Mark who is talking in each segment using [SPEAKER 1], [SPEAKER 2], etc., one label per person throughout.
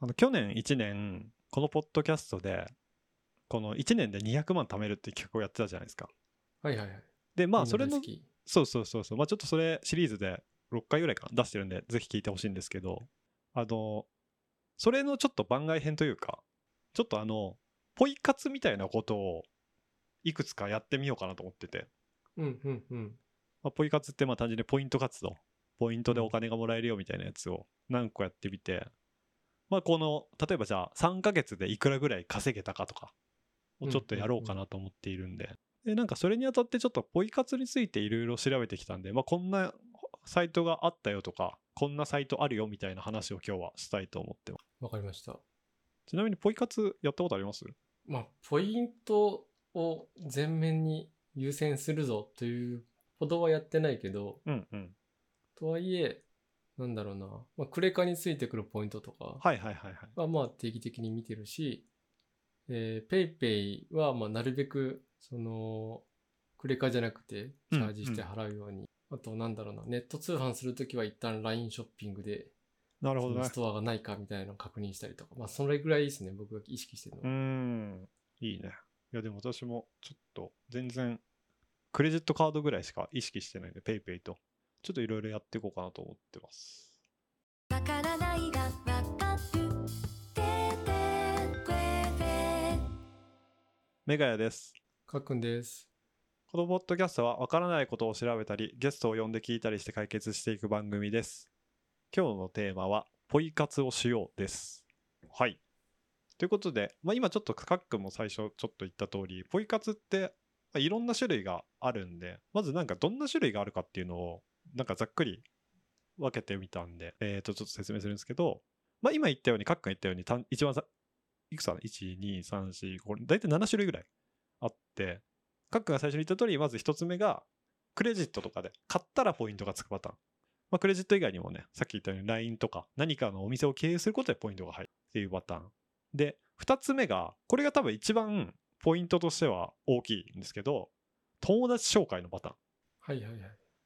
[SPEAKER 1] あの去年1年このポッドキャストでこの1年で200万貯めるっていう企画をやってたじゃないですか
[SPEAKER 2] はいはいはい。
[SPEAKER 1] でまあ
[SPEAKER 2] みん
[SPEAKER 1] そ
[SPEAKER 2] な
[SPEAKER 1] れ
[SPEAKER 2] 大好
[SPEAKER 1] の
[SPEAKER 2] き
[SPEAKER 1] そうそうそうそうまあちょっとそれシリーズで6回ぐらいかな出してるんでぜひ聞いてほしいんですけどあのそれのちょっと番外編というかちょっとあのポイ活みたいなことをいくつかやってみようかなと思ってて
[SPEAKER 2] うんうんうん。
[SPEAKER 1] まあ、ポイ活ってまあ単純にポイント活動ポイントでお金がもらえるよみたいなやつを何個やってみて、まあ、この例えばじゃあ3ヶ月でいくらぐらい稼げたかとかをちょっとやろうかなと思っているんで,、でなんかそれにあたってちょっとポイ活についていろいろ調べてきたんで、まあ、こんなサイトがあったよとかこんなサイトあるよみたいな話を今日はしたいと思ってます
[SPEAKER 2] わかりました。
[SPEAKER 1] ちなみにポイ活やったことあります
[SPEAKER 2] まあ、ポイントを全面に優先するぞというほどはやってないけど、
[SPEAKER 1] うんうん
[SPEAKER 2] とはいえ、なんだろうな、まあ、クレカについてくるポイントとか
[SPEAKER 1] はいはいはいはい
[SPEAKER 2] はまあ定期的に見てるし、えー、ペイペイはまあなるべく、その、クレカじゃなくて、チャージして払うように。あと、なんだろうな、ネット通販するときは一旦 LINE ショッピングで、
[SPEAKER 1] なる
[SPEAKER 2] そ
[SPEAKER 1] ほど
[SPEAKER 2] の
[SPEAKER 1] ね
[SPEAKER 2] ストアがないかみたいなのを確認したりとか、まあ、それぐらいですね、僕が意識してるのは
[SPEAKER 1] うー。ん、いいね。いや、でも私もちょっと全然、クレジットカードぐらいしか意識してないんで、ペイペイと。ちょっといろいろやっていこうかなと思ってます。
[SPEAKER 3] わからないがわかるててくれて
[SPEAKER 1] メガヤです。
[SPEAKER 2] かっくんです。
[SPEAKER 1] このポッドキャストは、わからないことを調べたり、ゲストを呼んで聞いたりして解決していく番組です。今日のテーマは、ポイ活をしようです。はい。ということで、まあ、今ちょっとカックも最初ちょっと言った通り、ポイ活って、まあ、いろんな種類があるんで、まずなんかどんな種類があるかっていうのを、なんかざっくり分けてみたんで、えー、と、ちょっと説明するんですけど、まあ、今言ったように、カックが言ったように、たん一番さ、いくつかな ?1、2、3、4、5、大体7種類ぐらいあって、カックが最初に言った通り、まず一つ目が、クレジットとかで、買ったらポイントがつくパターン。まあ、クレジット以外にもね、さっき言ったように LINE とか、何かのお店を経営することでポイントが入るっていうパターン。で、二つ目が、これが多分一番ポイントとしては大きいんですけど、友達紹介のパターン。
[SPEAKER 2] はいはいはい。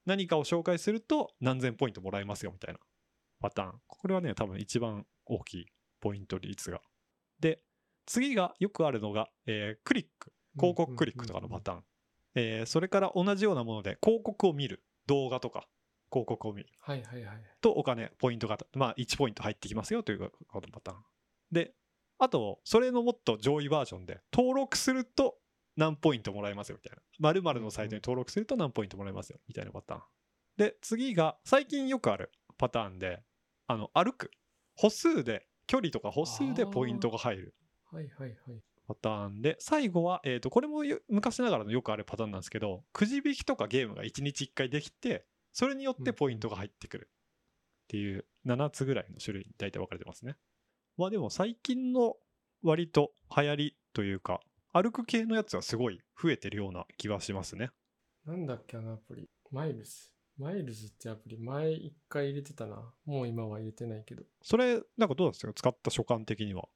[SPEAKER 1] 何かを紹介すると何千ポイントもらえますよみたいなパターン。これはね、多分一番大きいポイント率が。で、次がよくあるのが、えークリック。広告クリックとかのパターン。えーそれから同じようなもので広告を見る。動画とか広告を見る。
[SPEAKER 2] ーン。はいはいはい。
[SPEAKER 1] とお金、ポイントが、まあ1ポイント入ってきますよということのパターン。で、あと、それのもっと上位バージョンで、登録すると何ポイントもらえますよみたいな。〇〇のサイトに登録すると何ポイントもらえますよみたいなパターン。で、次が、最近よくあるパターンで、あの、歩く。歩数で、距離とか歩数でポイントが入る。
[SPEAKER 2] はいはいはい。
[SPEAKER 1] パターンで、最後は、えっ、と、これもよ昔ながらのよくあるパターンなんですけど、くじ引きとかゲームが1日1回できて、それによってポイントが入ってくるっていう7つぐらいの種類に大体分かれてますね。まあでも最近の割と流行りというか、歩く系のやつはすごい増えてるような気はしますね。
[SPEAKER 2] なんだっけ、あのアプリ。マイルズ。マイルズってアプリ、前一回入れてたな。もう今は入れてないけど。
[SPEAKER 1] それ、なんかどうですか使った所感的には。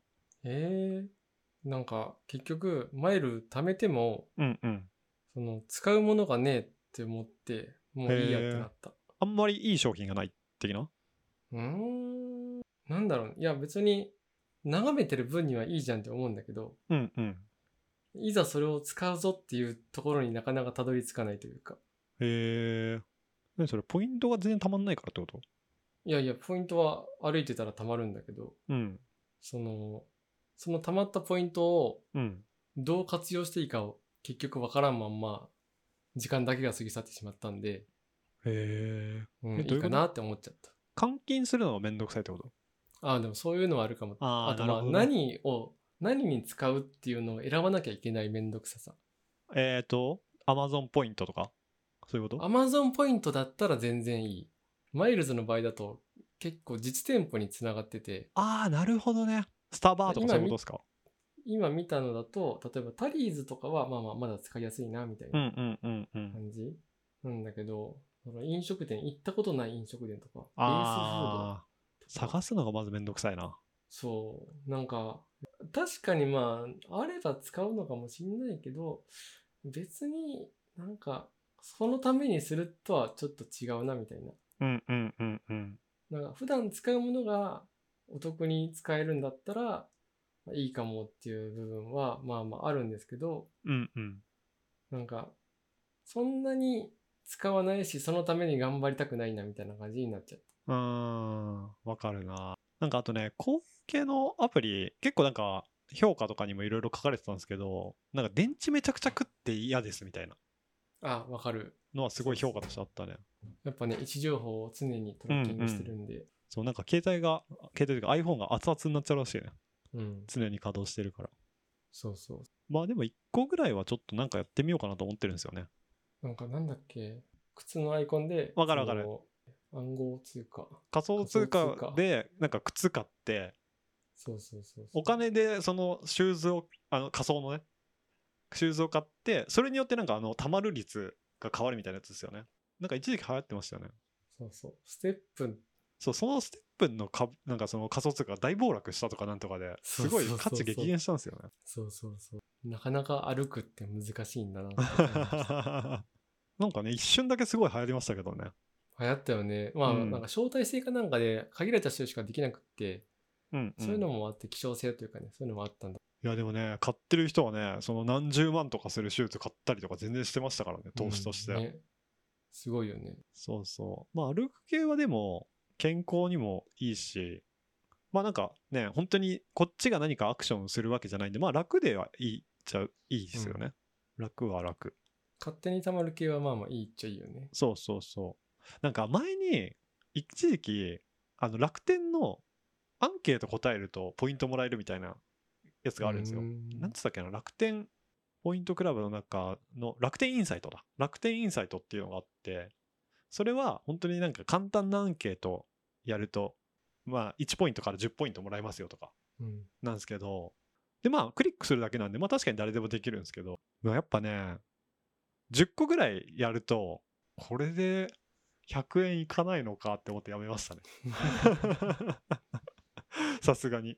[SPEAKER 2] えー、なんか、結局、マイル貯めても、
[SPEAKER 1] うんうん。
[SPEAKER 2] その、使うものがねえって思って、もういいやってなった。
[SPEAKER 1] あんまりいい商品がない的な
[SPEAKER 2] うーん。なんだろう。いや、別に、眺めてる分にはいいじゃんって思うんだけど、
[SPEAKER 1] うんうん。
[SPEAKER 2] いざそれを使うぞっていうところになかなかたどり着かないというか。
[SPEAKER 1] へえ。何それ、ポイントが全然たまんないからってこと
[SPEAKER 2] いやいや、ポイントは歩いてたら貯まるんだけど、
[SPEAKER 1] うん。
[SPEAKER 2] その、その貯まったポイントを
[SPEAKER 1] うん。
[SPEAKER 2] どう活用していいかを結局わからんまんま、時間だけが過ぎ去ってしまったんで、
[SPEAKER 1] へえ。
[SPEAKER 2] うん、
[SPEAKER 1] えどういう
[SPEAKER 2] いい
[SPEAKER 1] こと
[SPEAKER 2] かなって思っちゃった。
[SPEAKER 1] 換金するのがめんどくさいってこと
[SPEAKER 2] ああ、でもそういうのはあるかも。
[SPEAKER 1] あー
[SPEAKER 2] と
[SPEAKER 1] なる
[SPEAKER 2] ま
[SPEAKER 1] ほ
[SPEAKER 2] あ、
[SPEAKER 1] どね
[SPEAKER 2] 何を、何に使うっていうのを選ばなきゃいけないめんどくささ。
[SPEAKER 1] えっ、ー、と、アマゾンポイントとかそういうこと
[SPEAKER 2] Amazon ポイントだったら全然いい。マイルズの場合だと結構実店舗につながってて、
[SPEAKER 1] ああ、なるほどね。スタバーとか
[SPEAKER 2] 今
[SPEAKER 1] そういうことですか
[SPEAKER 2] 今見たのだと、例えばタリーズとかはまあまあまだ使いやすいなみたいな。
[SPEAKER 1] うんうんうんうん。
[SPEAKER 2] 感じなんだけど、その飲食店、行ったことない飲食店とか、ベー
[SPEAKER 1] ああ、
[SPEAKER 2] スフード。
[SPEAKER 1] 探すのがまずめんどくさいな。
[SPEAKER 2] そう、なんか、確かにまあ、あれば使うのかもしんないけど、別になんか、そのためにするとはちょっと違うなみたいな。
[SPEAKER 1] うんうんうんうん。
[SPEAKER 2] なんか、普段使うものがお得に使えるんだったら、まあいいかもっていう部分は、まあまああるんですけど、
[SPEAKER 1] うんうん。
[SPEAKER 2] なんか、そんなに使わないし、そのために頑張りたくないなみたいな感じになっちゃう。
[SPEAKER 1] うーん、わかるな。なんかあとね、こういう系のアプリ、結構なんか評価とかにもいろいろ書かれてたんですけど、なんか電池めちゃくちゃ食って嫌ですみたいな
[SPEAKER 2] あ、わかる。
[SPEAKER 1] のはすごい評価としてあったね。
[SPEAKER 2] やっぱね、位置情報を常にトラッキングしてるんで、
[SPEAKER 1] そう、なんか携帯が、携帯というか iPhone が熱々になっちゃうらしいね。
[SPEAKER 2] うん、
[SPEAKER 1] 常に稼働してるから。
[SPEAKER 2] そうそう。
[SPEAKER 1] まあでも1個ぐらいはちょっとなんかやってみようかなと思ってるんですよね。
[SPEAKER 2] なんかなんだっけ、靴のアイコンで、
[SPEAKER 1] わかるわかる
[SPEAKER 2] その暗号通貨。
[SPEAKER 1] 仮想通
[SPEAKER 2] 仮想通
[SPEAKER 1] 貨
[SPEAKER 2] 貨
[SPEAKER 1] でなんか靴買って、
[SPEAKER 2] そうそうそうそう。
[SPEAKER 1] お金でそのシューズをあの仮想のねシューズを買ってそれによってなんかあの貯まる率が変わるみたいなやつですよねなんか一時期流行ってましたよね
[SPEAKER 2] そうそう。ステップ、
[SPEAKER 1] そうそのステップンのかなんかその仮想通貨が大暴落したとかなんとかで
[SPEAKER 2] そう
[SPEAKER 1] す
[SPEAKER 2] そう
[SPEAKER 1] ご
[SPEAKER 2] そう
[SPEAKER 1] い
[SPEAKER 2] そう
[SPEAKER 1] 価値激減したんですよね
[SPEAKER 2] そうそうそう。なかなか歩くって難しいんだ なって思いました。
[SPEAKER 1] なんかね一瞬だけすごい流行りましたけどね
[SPEAKER 2] 流行ったよね。まあ、
[SPEAKER 1] うん
[SPEAKER 2] なんか招待制かなんかで限られた人しかできなくって、
[SPEAKER 1] うん、うん
[SPEAKER 2] そういうのもあって希少性というかね、そういうのもあったんだ。
[SPEAKER 1] いやでもね買ってる人はねその何十万とかするシューズ買ったりとか全然してましたからね投資として、
[SPEAKER 2] うんねすごいよね。
[SPEAKER 1] そうそう。まあ、歩く系はでも、健康にもいいし、まあなんかね、本当にこっちが何かアクションするわけじゃないんで、まあ楽ではいいっちゃいいですよね。楽は楽。
[SPEAKER 2] 勝手に溜まる系はまあまあいいっちゃいいよね。
[SPEAKER 1] そうそうそう。なんか前に、一時期、あの楽天のアンケート答えるとポイントもらえるみたいなやつがあるんですよ
[SPEAKER 2] う。
[SPEAKER 1] なんつったっけな、楽天ポイントクラブの中の楽天インサイトだ。楽天インサイトっていうのがあって、それは本当になんか簡単なアンケートやると、まあ1ポイントから10ポイントもらえますよとか
[SPEAKER 2] うん。
[SPEAKER 1] なんですけど、でまあクリックするだけなんで、まあ確かに誰でもできるんですけど、まあやっぱね、10個ぐらいやると、これで100円いかないのかって思ってやめましたね。 さすがに。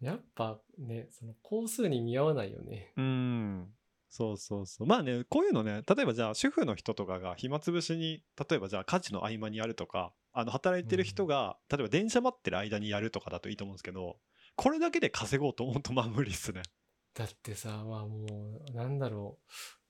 [SPEAKER 2] やっぱね、その工数に見合わないよね。
[SPEAKER 1] うん。そうそうそう。まあね、こういうのね、例えばじゃあ主婦の人とかが暇つぶしに、例えばじゃあ家事の合間にやるとか、あの働いてる人が、例えば電車待ってる間にやるとかだといいと思うんですけど、これだけで稼ごうと思うとまあ無理っすね。
[SPEAKER 2] だってさ、まあもう、なんだろ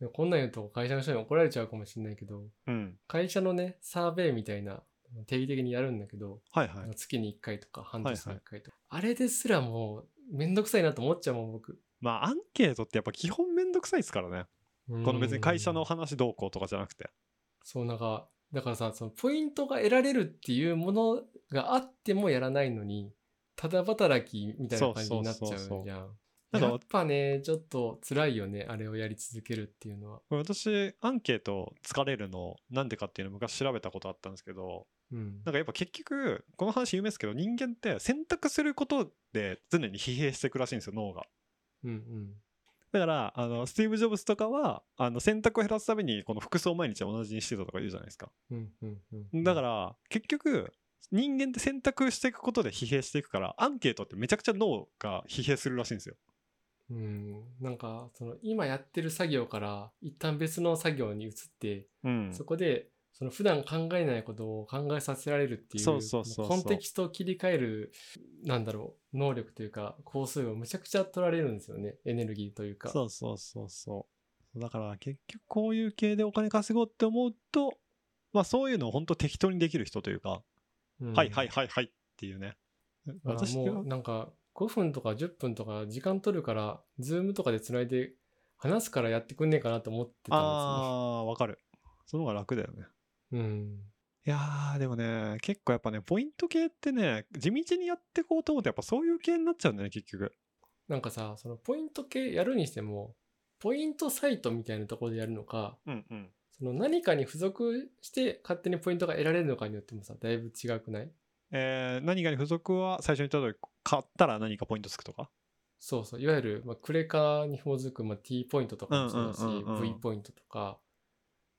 [SPEAKER 2] う。こんなん言うと会社の人に怒られちゃうかもしれないけど、
[SPEAKER 1] うん。
[SPEAKER 2] 会社のね、サーベイみたいな、定期的にやるんだけど、
[SPEAKER 1] はいはい。
[SPEAKER 2] 月に1回とか半年に1回とか、あれですらもうめんどくさいなと思っちゃうもん僕
[SPEAKER 1] まあアンケートってやっぱ基本めんどくさいですからね。この別に会社の話どうこうとかじゃなくて。
[SPEAKER 2] そうなんかだからさそのポイントが得られるっていうものがあってもやらないのにただ働きみたいな感じになっちゃうじゃん
[SPEAKER 1] そうそうそうそうなんか
[SPEAKER 2] やっぱねちょっと辛いよねあれをやり続けるっていうのは
[SPEAKER 1] これ私、アンケート疲れるの、なんでかっていうの昔調べたことあったんですけど、
[SPEAKER 2] うん
[SPEAKER 1] なんかやっぱ結局この話有名ですけど人間って選択することで常に疲弊していくらしいんですよ脳が
[SPEAKER 2] うんうん
[SPEAKER 1] だからあのスティーブ・ジョブズとかはあの選択を減らすためにこの服装を毎日同じにしてたとか言うじゃないですか
[SPEAKER 2] うんうんうん
[SPEAKER 1] だから結局人間って選択していくことで疲弊していくからアンケートってめちゃくちゃ脳が疲弊するらしいんですよ
[SPEAKER 2] うんなんかその今やってる作業から一旦別の作業に移って
[SPEAKER 1] うん
[SPEAKER 2] そこで、その普段考えないことを考えさせられるっていう、
[SPEAKER 1] そうそうそうそう
[SPEAKER 2] コンテキストを切り替える、なんだろう、能力というか、工数をむちゃくちゃ取られるんですよね。エネルギーというか。
[SPEAKER 1] そうそうそうそうだから結局こういう系でお金稼ごうって思うとまあそういうのを本当適当にできる人というか、
[SPEAKER 2] うん
[SPEAKER 1] はいはい。はいはいっていうね
[SPEAKER 2] だから
[SPEAKER 1] 私
[SPEAKER 2] も
[SPEAKER 1] は
[SPEAKER 2] うなんか、5分とか10分とか時間取るから、ズームとかで繋いで、話すからやってくんねえかなと思ってたん
[SPEAKER 1] ああー、わかる。その方が楽だよね。
[SPEAKER 2] ですよ。うん。
[SPEAKER 1] いやー、でもね、結構やっぱね、ポイント系ってね、地道にやってこうと思うと、やっぱそういう系になっちゃうんだよね、結局。
[SPEAKER 2] なんかさ、そのポイント系やるにしても、ポイントサイトみたいなところでやるのか、
[SPEAKER 1] うんうん。
[SPEAKER 2] その何かに付属して勝手にポイントが得られるのかによってもさ、だいぶ違くない
[SPEAKER 1] えー何かに付属は最初に言った通り、買ったら何かポイントつくとか。
[SPEAKER 2] そうそう。いわゆる、まあ、クレカに紐づく、まあ、T ポイントとかもそうだし、
[SPEAKER 1] うんうんうんうん
[SPEAKER 2] V ポイントとか、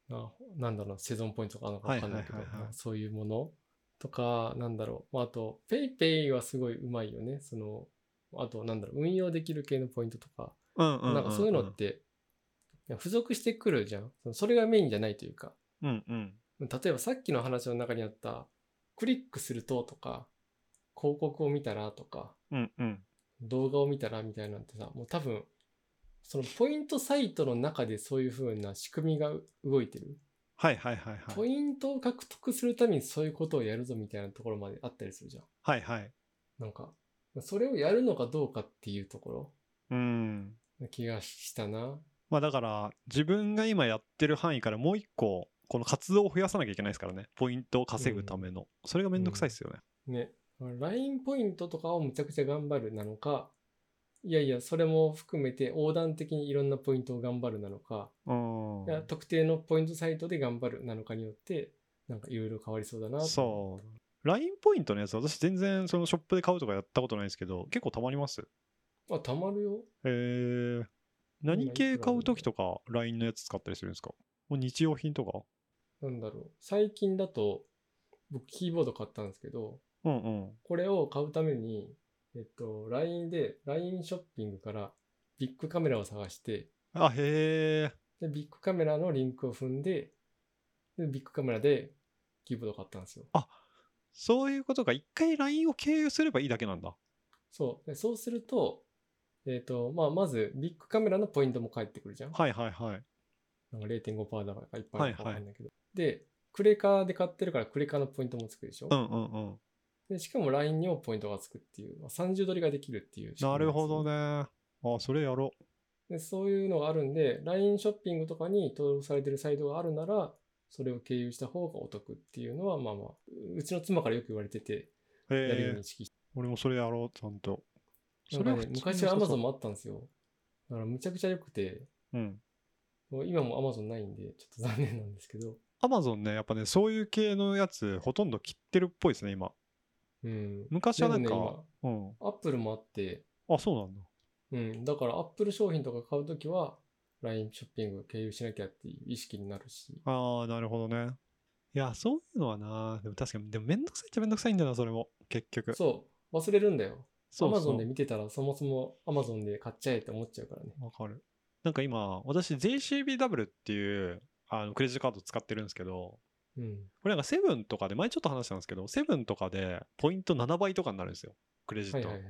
[SPEAKER 2] ななんだろうな、セゾンポイントとかあるのかわかんないけど、
[SPEAKER 1] はいはいはいはい
[SPEAKER 2] そういうものとか、なんだろう。まあ、あと、PayPay はすごいうまいよね。その、あと、なんだろう、運用できる系のポイントとか、
[SPEAKER 1] うんうん
[SPEAKER 2] なんかそういうのっ。て、付属してくるじゃん。そのそれがメインじゃないというか。
[SPEAKER 1] うんうん。
[SPEAKER 2] 例えばさっきの話の中にあった、クリックするととか、広告を見たらとか、
[SPEAKER 1] うんうん
[SPEAKER 2] 動画を見たらみたいなんてさ、もう多分、そのポイントサイトの中でそういう風な仕組みが動いてる。
[SPEAKER 1] はいはいはいは
[SPEAKER 2] ポ
[SPEAKER 1] い
[SPEAKER 2] イントを獲得するためにそういうことをやるぞみたいなところまであったりするじゃん。
[SPEAKER 1] はいはい
[SPEAKER 2] なんか、それをやるのかどうかっていうところ
[SPEAKER 1] うん
[SPEAKER 2] な気がしたな。
[SPEAKER 1] まあだから自分が今やってる範囲からもう一個この活動を増やさなきゃいけないですからねポイントを稼ぐための、それがめんどくさいですよね、
[SPEAKER 2] ね。LINE ポイントとかをむちゃくちゃ頑張るなのか、いやいや、それも含めて横断的にいろんなポイントを頑張るなのか、
[SPEAKER 1] うん
[SPEAKER 2] いや特定のポイントサイトで頑張るなのかによって、なんかいろいろ変わりそうだなと
[SPEAKER 1] そう LINE ポイントのやつ私全然そのショップで買うとかやったことないですけど結構たまります
[SPEAKER 2] あ、たまるよ。
[SPEAKER 1] へえー、何系買う時とか LINE のやつ使ったりするんですかもう日用品とか
[SPEAKER 2] なんだろう。最近だと、僕キーボード買ったんですけど、
[SPEAKER 1] うんうん
[SPEAKER 2] これを買うために、えっと、LINE で、LINE ショッピングからビッグカメラを探して、
[SPEAKER 1] あへえ
[SPEAKER 2] で、ビッグカメラのリンクを踏んで、で、ビッグカメラでキーボード買ったんですよ。
[SPEAKER 1] そういうことか一回 LINE を経由すればいいだけなんだ
[SPEAKER 2] そう。でそうすると、えっ、と、まあ、まず、ビッグカメラのポイントも返ってくるじゃん。
[SPEAKER 1] はいはいはい
[SPEAKER 2] なんか0.5%だからいっぱいあるか
[SPEAKER 1] はいはい
[SPEAKER 2] わかんないけど。で、クレカで買ってるからクレカのポイントもつくでしょ。
[SPEAKER 1] うんうんうん
[SPEAKER 2] でしかも LINE にもポイントがつくっていう、まあ30ドリができるっていう。
[SPEAKER 1] なるほど。ねあそれやろう
[SPEAKER 2] でそういうのがあるんで、LINE ショッピングとかに登録されてるサイトがあるなら、それを経由した方がお得っていうのは、まあまあ、うちの妻からよく言われてて、やるよう
[SPEAKER 1] へえ
[SPEAKER 2] に意識して。
[SPEAKER 1] 俺もそれやろうちゃんとそれ
[SPEAKER 2] なん
[SPEAKER 1] は
[SPEAKER 2] か
[SPEAKER 1] 普
[SPEAKER 2] ね
[SPEAKER 1] 通に
[SPEAKER 2] 昔は
[SPEAKER 1] 良さそう
[SPEAKER 2] Amazon もあったんですよ。だからむちゃくちゃ良くて、
[SPEAKER 1] うん
[SPEAKER 2] もう今も Amazon ないんで、ちょっと残念なんですけど、
[SPEAKER 1] Amazon ねやっぱねそういう系のやつほとんど切ってるっぽいですね今
[SPEAKER 2] うん。
[SPEAKER 1] 昔はなんか
[SPEAKER 2] でも
[SPEAKER 1] う
[SPEAKER 2] ね、
[SPEAKER 1] ん
[SPEAKER 2] 今、Apple もあって、
[SPEAKER 1] あそうなんだ
[SPEAKER 2] うん。だから Apple 商品とか買うときは、LINE ショッピング経由しなきゃっていう意識になるし、
[SPEAKER 1] ああ、なるほどね。いや、そういうのはな、でも確かに、でもめんどくさいっちゃめんどくさいんだな、それも、結局。
[SPEAKER 2] そう、忘れるんだよ。
[SPEAKER 1] そうそう
[SPEAKER 2] Amazon で見てたら、そもそも Amazon で買っちゃえって思っちゃうからね。
[SPEAKER 1] わかる。なんか今、私 JCBW っていうあのクレジットカード使ってるんですけど、
[SPEAKER 2] うん。
[SPEAKER 1] これなんかセブンとかで、前ちょっと話したんですけど、セブンとかでポイント7倍とかになるんですよ、クレジ
[SPEAKER 2] は
[SPEAKER 1] ッ
[SPEAKER 2] い
[SPEAKER 1] ト。
[SPEAKER 2] はいはい。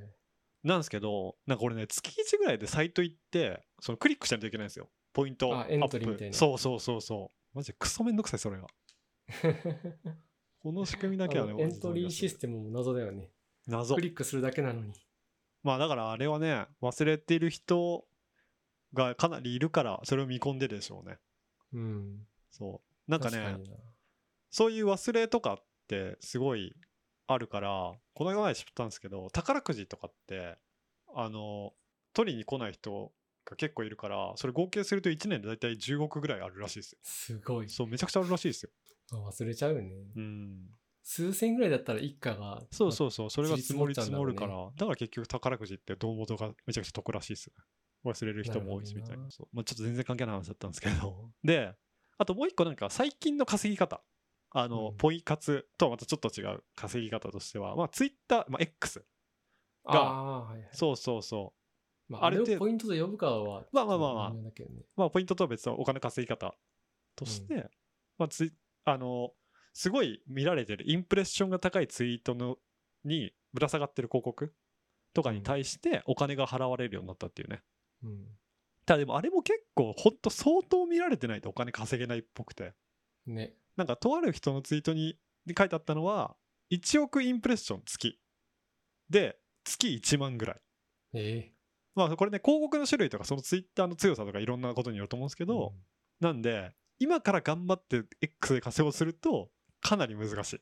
[SPEAKER 1] なんですけど、なんか俺ね、月1ぐらいでサイト行って、そのクリックしないといけないんですよ、ポイント
[SPEAKER 2] あ
[SPEAKER 1] アップ。
[SPEAKER 2] エントリーみたいな
[SPEAKER 1] そうそうそうそう。マジでクソめんどくさい、それが。この仕組みだけは
[SPEAKER 2] あ
[SPEAKER 1] ね、
[SPEAKER 2] のエントリーシス
[SPEAKER 1] テ
[SPEAKER 2] テムも謎だよね。
[SPEAKER 1] ム。謎
[SPEAKER 2] ク。リックするだけなのに。
[SPEAKER 1] まあだからあれはね忘れてる人がかなりいるからそれを見込んででしょうね
[SPEAKER 2] うん。
[SPEAKER 1] そうなんかね
[SPEAKER 2] 確にな
[SPEAKER 1] そういう忘れとかってすごいあるからこの前知ったんですけど宝くじとかってあの取りに来ない人が結構いるからそれ合計すると1年で大体10億ぐらいあるらしいですよ
[SPEAKER 2] すごい。
[SPEAKER 1] そうめちゃくちゃあるらしいですよ
[SPEAKER 2] あ忘れちゃうよね。
[SPEAKER 1] うん
[SPEAKER 2] 数千ぐらいだったら一家が。
[SPEAKER 1] そうそうそうそれが積もり
[SPEAKER 2] ちり
[SPEAKER 1] 積
[SPEAKER 2] 積も
[SPEAKER 1] も
[SPEAKER 2] っ
[SPEAKER 1] る
[SPEAKER 2] ち
[SPEAKER 1] か
[SPEAKER 2] ゃうんだ
[SPEAKER 1] ら
[SPEAKER 2] ろ
[SPEAKER 1] だから結局宝くじって胴元がめちゃくちゃ得らしいですね忘れる人も多いしみた
[SPEAKER 2] ないる
[SPEAKER 1] な
[SPEAKER 2] ほどな
[SPEAKER 1] そうまあ、ちょっと全然関係ない話だったんですけど であともう一個なんか最近の稼ぎ方あの、
[SPEAKER 2] うん
[SPEAKER 1] ポイ活とはまたちょっと違う稼ぎ方としてはまあツイッター、まあ、X
[SPEAKER 2] ああ、はいはい。
[SPEAKER 1] そうそうそ
[SPEAKER 2] まあ、
[SPEAKER 1] あ
[SPEAKER 2] あ
[SPEAKER 1] る
[SPEAKER 2] れを
[SPEAKER 1] 程度
[SPEAKER 2] ポイントで呼ぶかは、
[SPEAKER 1] まあまあまあまあ
[SPEAKER 2] 微妙だけどね
[SPEAKER 1] うまあポイントとは別のお金稼ぎ方として、まあツイあのすごい見られてるインプレッションが高いツイートのにぶら下がってる広告とかに対してお金が払われるようになったっていうね、
[SPEAKER 2] うん。
[SPEAKER 1] ただでもあれも結構ほんと相当見られてないとお金稼げないっぽくて
[SPEAKER 2] ね。
[SPEAKER 1] なんかとある人のツイートにに書いてあったのは1億インプレッション月で月1万ぐらい
[SPEAKER 2] ええ
[SPEAKER 1] まあこれね広告の種類とかそのツイッターの強さとかいろんなことによると思うんですけど、なんで今から頑張って X で稼ごうするとかなり難しい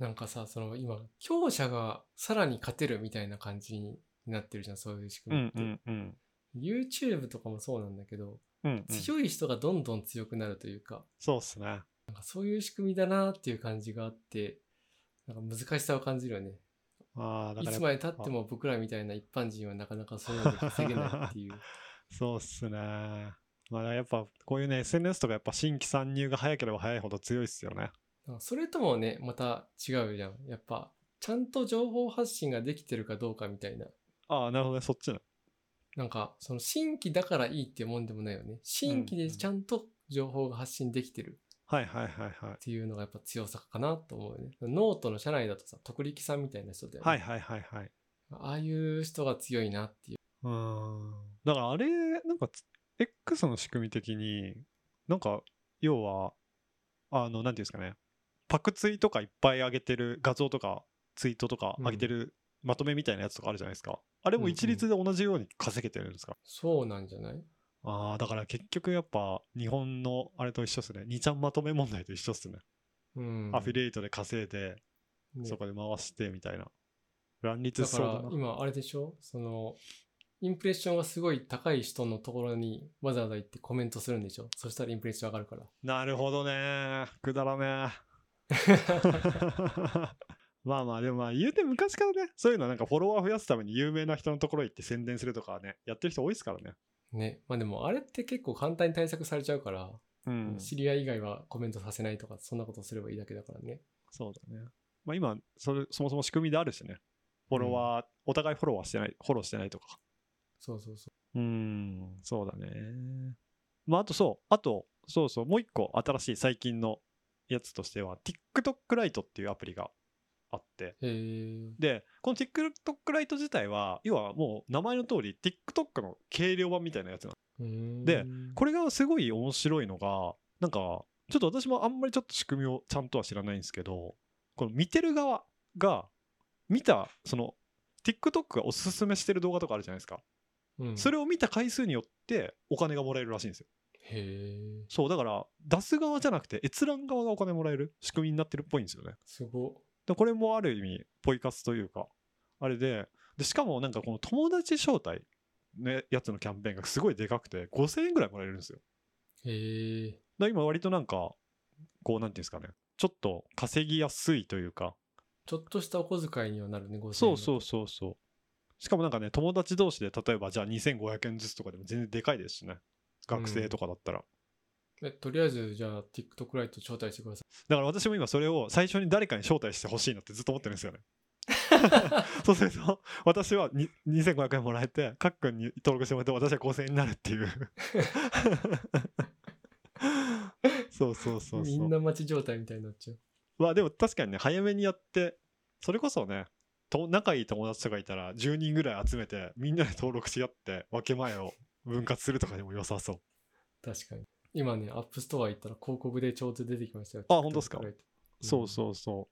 [SPEAKER 2] なんかさ、その今、強者がさらに勝てるみたいな感じになってるじゃん、そういう仕組みって。
[SPEAKER 1] うん
[SPEAKER 2] YouTube とかもそうなんだけど、
[SPEAKER 1] うんうん
[SPEAKER 2] 強い人がどんどん強くなるというか、
[SPEAKER 1] そうっすね
[SPEAKER 2] なんかそういう仕組みだなっていう感じがあって、なんか難しさを感じるよね。
[SPEAKER 1] ああだ
[SPEAKER 2] い
[SPEAKER 1] か
[SPEAKER 2] つ
[SPEAKER 1] ら
[SPEAKER 2] まで経っても僕らみたいな一般人はなかなかそういうので稼げないっていう。
[SPEAKER 1] そうっすねまあやっぱこういうね SNS とかやっぱ新規参入が早ければ早いほど強いっすよね
[SPEAKER 2] なんかそれともね、また違うじゃん。やっぱ、ちゃんと情報発信ができてるかどうかみたいな。
[SPEAKER 1] ああ、なるほどね、そっちね。
[SPEAKER 2] なんか、その新規だからいいってもんでもないよね。新規でちゃんと情報が発信できてる。
[SPEAKER 1] はいはいはいはい
[SPEAKER 2] ていうのがやっぱ強さかなと思うよね。ノートの社内だとさ、徳力さんみたいな人で、
[SPEAKER 1] はいはいはいはい
[SPEAKER 2] ああいう人が強いなってい
[SPEAKER 1] う
[SPEAKER 2] う。
[SPEAKER 1] ーんだからあれなんかつ X の仕組み的になんか要はあのなんていうんですかねパクツイとかいっぱい上げてる画像とかツイートとか上げてるまとめみたいなやつとかあるじゃないですか、あれも一律で同じように稼げてるんですか、
[SPEAKER 2] そうなんじゃない
[SPEAKER 1] ああだから結局やっぱ日本のあれと一緒っすね2ちゃんまとめ問題と一緒っすね、
[SPEAKER 2] うん。
[SPEAKER 1] アフィリエイトで稼いで、
[SPEAKER 2] ね
[SPEAKER 1] そこで回してみたいな乱立
[SPEAKER 2] だ
[SPEAKER 1] し
[SPEAKER 2] か
[SPEAKER 1] そうだ
[SPEAKER 2] ら
[SPEAKER 1] な
[SPEAKER 2] 今あれでしょそのインプレッションがすごい高い人のところにわざわざ行ってコメントするんでしょそしたらインプレッション上がるから。
[SPEAKER 1] なるほどね。くだらね え。まあまあ、でもまあ言うて昔からね、そういうのはなんかフォロワー増やすために有名な人のところ行って宣伝するとかはね、やってる人多いですからね。
[SPEAKER 2] ね。まあでもあれって結構簡単に対策されちゃうから、
[SPEAKER 1] うん。
[SPEAKER 2] 知り合い以外はコメントさせないとかそんなことすればいいだけだからね。
[SPEAKER 1] そうだね。まあ今、それ、そもそも仕組みであるしね。フォロワー、お互いフォロワーしてない、フォローしてないとか。
[SPEAKER 2] そうそうそう。
[SPEAKER 1] うん、そうだね。まああとそう、あと、そうそう、もう一個新しい最近のやつとしては、TikTok ライトっていうアプリがあって、
[SPEAKER 2] へえ。
[SPEAKER 1] でこの TikTok ライト自体は要はもう名前の通り TikTok の軽量版みたいなやつなの
[SPEAKER 2] うーん
[SPEAKER 1] で、これがすごい面白いのがなんかちょっと私もあんまりちょっと仕組みをちゃんとは知らないんですけどこの見てる側が見たその TikTok がおすすめしてる動画とかあるじゃないですか、
[SPEAKER 2] うん
[SPEAKER 1] それを見た回数によってお金がもらえるらしいんですよ
[SPEAKER 2] へえ。
[SPEAKER 1] そうだから出す側じゃなくて閲覧側がお金もらえる仕組みになってるっぽいんですよね
[SPEAKER 2] すご。
[SPEAKER 1] でこれもある意味ポイ活というかあれででしかもなんかこの友達招待のやつのキャンペーンがすごいでかくて5000円ぐらいもらえるんですよ
[SPEAKER 2] へえ。
[SPEAKER 1] だから今割となんかこうなんていうんですかねちょっと稼ぎやすいというか
[SPEAKER 2] ちょっとしたお小遣いにはなるね、5000円。
[SPEAKER 1] そうそうそうそうしかもなんかね友達同士で例えばじゃあ2500円ずつとかでも全然でかいですしね学生とかだったら、
[SPEAKER 2] え、とりあえず、じゃあ、TikTok ライト招待してくださ
[SPEAKER 1] だから私も今それを最初に誰かに招待してほしいなってずっと思ってるん ですよね。そうすると私はに2500円もらえてかっくんに登録してもらって私は5000円になるって いうそうそう
[SPEAKER 2] い。
[SPEAKER 1] そう
[SPEAKER 2] み
[SPEAKER 1] そ
[SPEAKER 2] ん
[SPEAKER 1] う
[SPEAKER 2] な待ち状態みたいになっちゃう。
[SPEAKER 1] まあでも確かにね早めにやってそれこそねと仲いい友達とかいたら10人ぐらい集めてみんなで登録し合って分け前を分割するとかでも良さそう
[SPEAKER 2] 確かに。今ね、アップストア行ったら広告でちょうど出てきましたよ。
[SPEAKER 1] あ本当ですか
[SPEAKER 2] TikTok ライト
[SPEAKER 1] そうそうそう。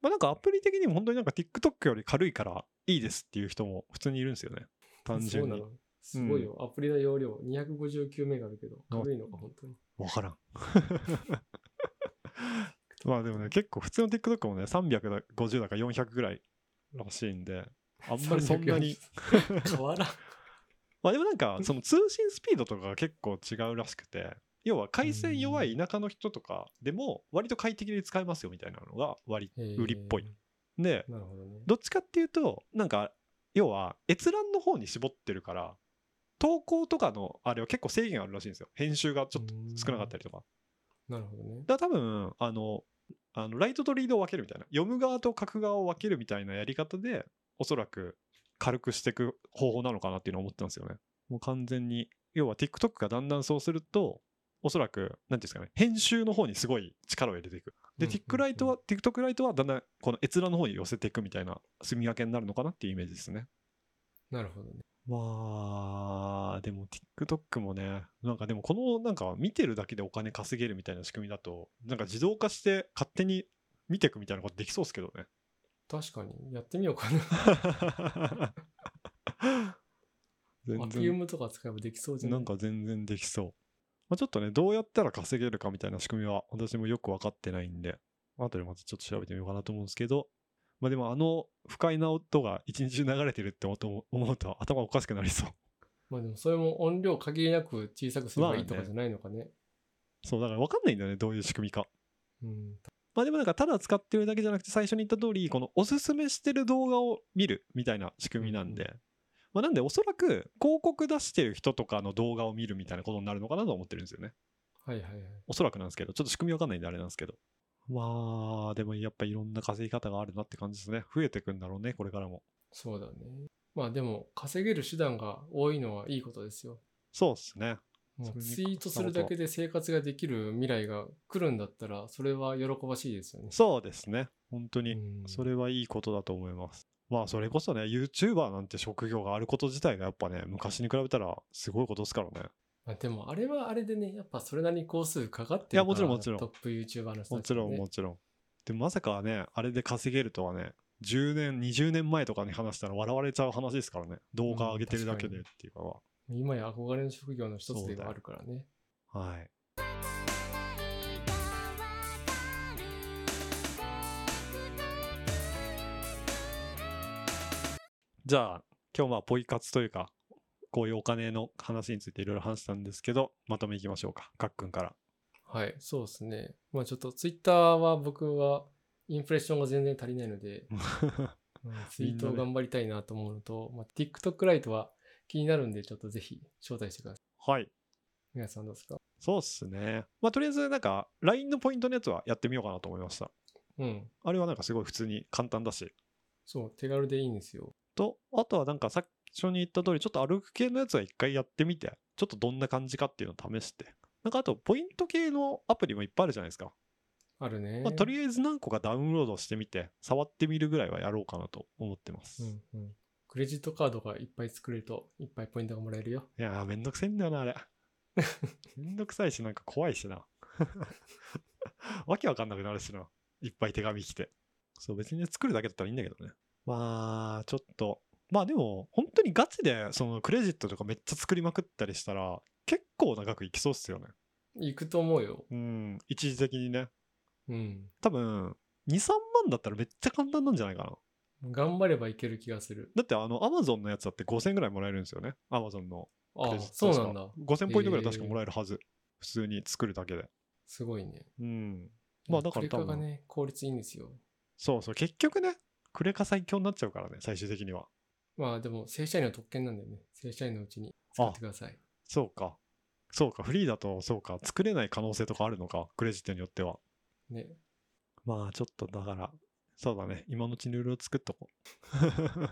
[SPEAKER 1] まあなんかアプリ的にも本当になんか TikTok より軽いからいいですっていう人も普通にいるんですよね。単純
[SPEAKER 2] そう
[SPEAKER 1] に
[SPEAKER 2] な。の。すごいよ。アプリの容量259メガあるけど、
[SPEAKER 1] あ
[SPEAKER 2] 軽いのが本当に。
[SPEAKER 1] わからん。 まあでもね、結構普通の TikTok もね、350だか400ぐらいらしいんで、あんまりそんな に。
[SPEAKER 2] 変わ らん。
[SPEAKER 1] まあでもなんかその通信スピードとかが結構違うらしくて、要は回線弱い田舎の人とかでも割と快適に使えますよみたいなのが割売りっぽい
[SPEAKER 2] へ
[SPEAKER 1] で
[SPEAKER 2] ー。、なるほどね。
[SPEAKER 1] どっちかっていうとなんか要は閲覧の方に絞ってるから投稿とかのあれは結構制限あるらしいんですよ編集がちょっと少なかったりとか
[SPEAKER 2] なるほどね。
[SPEAKER 1] だから多分あのあのライトとリードを分けるみたいな読む側と書く側を分けるみたいなやり方でおそらく軽くしていく方法なのかなっていうのを思ったんですよねもう完全に要は TikTok がだんだんそうするとおそらく何ていうんですかね編集の方にすごい力を入れていくで、
[SPEAKER 2] うん
[SPEAKER 1] TikTok ライトは TikTok ライトはだんだんこの閲覧の方に寄せていくみたいな住み分けになるのかなっていうイメージですね
[SPEAKER 2] なるほどね。
[SPEAKER 1] まあでも TikTok もねなんかでもこのなんか見てるだけでお金稼げるみたいな仕組みだとなんか自動化して勝手に見ていくみたいなことできそうですけどね
[SPEAKER 2] 確かに。やってみようかな。ア
[SPEAKER 1] 全
[SPEAKER 2] キウ
[SPEAKER 1] 然
[SPEAKER 2] ムとか使えばできそうじゃな
[SPEAKER 1] ないんか全然できそう、まあ、ちょっとねどうやったら稼げるかみたいな仕組みは私もよく分かってないんで後でまたちょっと調べてみようかなと思うんですけどまあでもあの不快な音が一日中流れてるって思うと思うと頭おかしくなりそう
[SPEAKER 2] まあでもそれも音量限りなく小さくすればいいと
[SPEAKER 1] まあ
[SPEAKER 2] か
[SPEAKER 1] ね
[SPEAKER 2] じゃないのかね。
[SPEAKER 1] そうだから分かんないんだよねどういう仕組みか
[SPEAKER 2] うん。
[SPEAKER 1] まあでもなんかただ使ってるだけじゃなくて最初に言った通りこのおすすめしてる動画を見るみたいな仕組みなんで、
[SPEAKER 2] うん
[SPEAKER 1] まあなんでおそらく広告出してる人とかの動画を見るみたいなことになるのかなとは思ってるんですよね
[SPEAKER 2] はいはいはい。
[SPEAKER 1] おそらくなんですけどちょっと仕組みわかんないんであれなんですけどまあでもやっぱいろんな稼ぎ方があるなって感じですね増えてくんだろうねこれからも
[SPEAKER 2] そうだね。まあでも稼げる手段が多いのはいいことですよ。
[SPEAKER 1] そうっすね
[SPEAKER 2] うも
[SPEAKER 1] そうれに
[SPEAKER 2] ツイートするだけで生活ができる未来が来るんだったら、それは喜ばしいですよね。
[SPEAKER 1] そうですね。本当に。
[SPEAKER 2] うん
[SPEAKER 1] それはいいことだと思います。まあ、それこそね、YouTuber なんて職業があること自体がやっぱね、昔に比べたらすごいことですからね。
[SPEAKER 2] まあ、でもあれはあれでね、やっぱそれなりに工数かかってるか
[SPEAKER 1] い
[SPEAKER 2] ら
[SPEAKER 1] やもちろんもちろん
[SPEAKER 2] トップ YouTuber の人
[SPEAKER 1] も
[SPEAKER 2] たち
[SPEAKER 1] ち
[SPEAKER 2] は
[SPEAKER 1] ろん
[SPEAKER 2] ね、
[SPEAKER 1] もちろん。でもまさかね、あれで稼げるとはね、10年、20年前とかに話したら笑われちゃう話ですからね。動画上げてるだけでっていうかは。
[SPEAKER 2] 今や憧れの職業の一つではあるからね。
[SPEAKER 1] はい。じゃあ、今日まあ、ポイ活というか、こういうお金の話についていろいろ話したんですけど、まとめいきましょうか。かっくんから。
[SPEAKER 2] はい、そうですね。まあちょっとツイッターは僕はインプレッションが全然足りないので、うんツイートを
[SPEAKER 1] みんなね
[SPEAKER 2] 頑張りたいなと思うのと、まあ、TikTok ライトは気になるんで、ちょっとぜひ招待してください。
[SPEAKER 1] はい。
[SPEAKER 2] 皆さんどうですか
[SPEAKER 1] そうっすね。まあ、とりあえず、なんか、LINE のポイントのやつはやってみようかなと思いました。
[SPEAKER 2] うん。
[SPEAKER 1] あれはなんかすごい普通に簡単だし。
[SPEAKER 2] そう、手軽でいいんですよ。
[SPEAKER 1] と、あとはなんか最初に言った通り、ちょっと歩く系のやつは一回やってみて、ちょっとどんな感じかっていうのを試して。なんかあと、ポイント系のアプリもいっぱいあるじゃないですか。
[SPEAKER 2] あるね。
[SPEAKER 1] まあ、とりあえず何個かダウンロードしてみて、触ってみるぐらいはやろうかなと思ってます。い
[SPEAKER 2] うんうん。クレジットカードがいっぱい作れると、いっぱいポイントがもらえるよ。
[SPEAKER 1] やー、めんどくせえんだよな、 あれ。めんどくさいし、なんか怖いしな。わけわかんなくなるしな。いっぱい手紙来て。そう、別にね作るだけだったらいいんだけどね。まあ、ちょっと。まあでも、本当にガチで、そのクレジットとかめっちゃ作りまくったりしたら、結構長くいきそうっすよね。
[SPEAKER 2] 行くと思うよ。
[SPEAKER 1] うん、一時的にね。
[SPEAKER 2] うん。
[SPEAKER 1] 多分、2、3万だったらめっちゃ簡単なんじゃないかな。
[SPEAKER 2] 頑張ればいける気がする。
[SPEAKER 1] だってあの、アマゾンのやつだって5000ぐらいもらえるんですよね。アマゾンのク
[SPEAKER 2] あ
[SPEAKER 1] レ
[SPEAKER 2] あ、
[SPEAKER 1] ジット。
[SPEAKER 2] そうなんだ。
[SPEAKER 1] 確か5000ポイントぐらい確かもらえるはず。普通に作るだけで。
[SPEAKER 2] すごいね。
[SPEAKER 1] うん。まあだから
[SPEAKER 2] ク
[SPEAKER 1] 多
[SPEAKER 2] レカが
[SPEAKER 1] 分、
[SPEAKER 2] ね、効率いいんですよ。
[SPEAKER 1] そうそう、結局ね、クレカ最強になっちゃうからね、最終的には。
[SPEAKER 2] まあでも、正社員の特権なんだよね。正社員のうちに使ってください。
[SPEAKER 1] そうか。そうか、フリーだと、そうか、作れない可能性とかあるのか、クレジットによっては。
[SPEAKER 2] ね。
[SPEAKER 1] まあちょっとだから、そうだね、今のうちにルールを作っとこ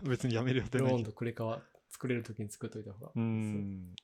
[SPEAKER 1] う。別にやめる予定
[SPEAKER 2] ロ
[SPEAKER 1] ない
[SPEAKER 2] ー
[SPEAKER 1] け
[SPEAKER 2] ン
[SPEAKER 1] ど
[SPEAKER 2] とクレカは作れるときに作っといた方が。
[SPEAKER 1] うん。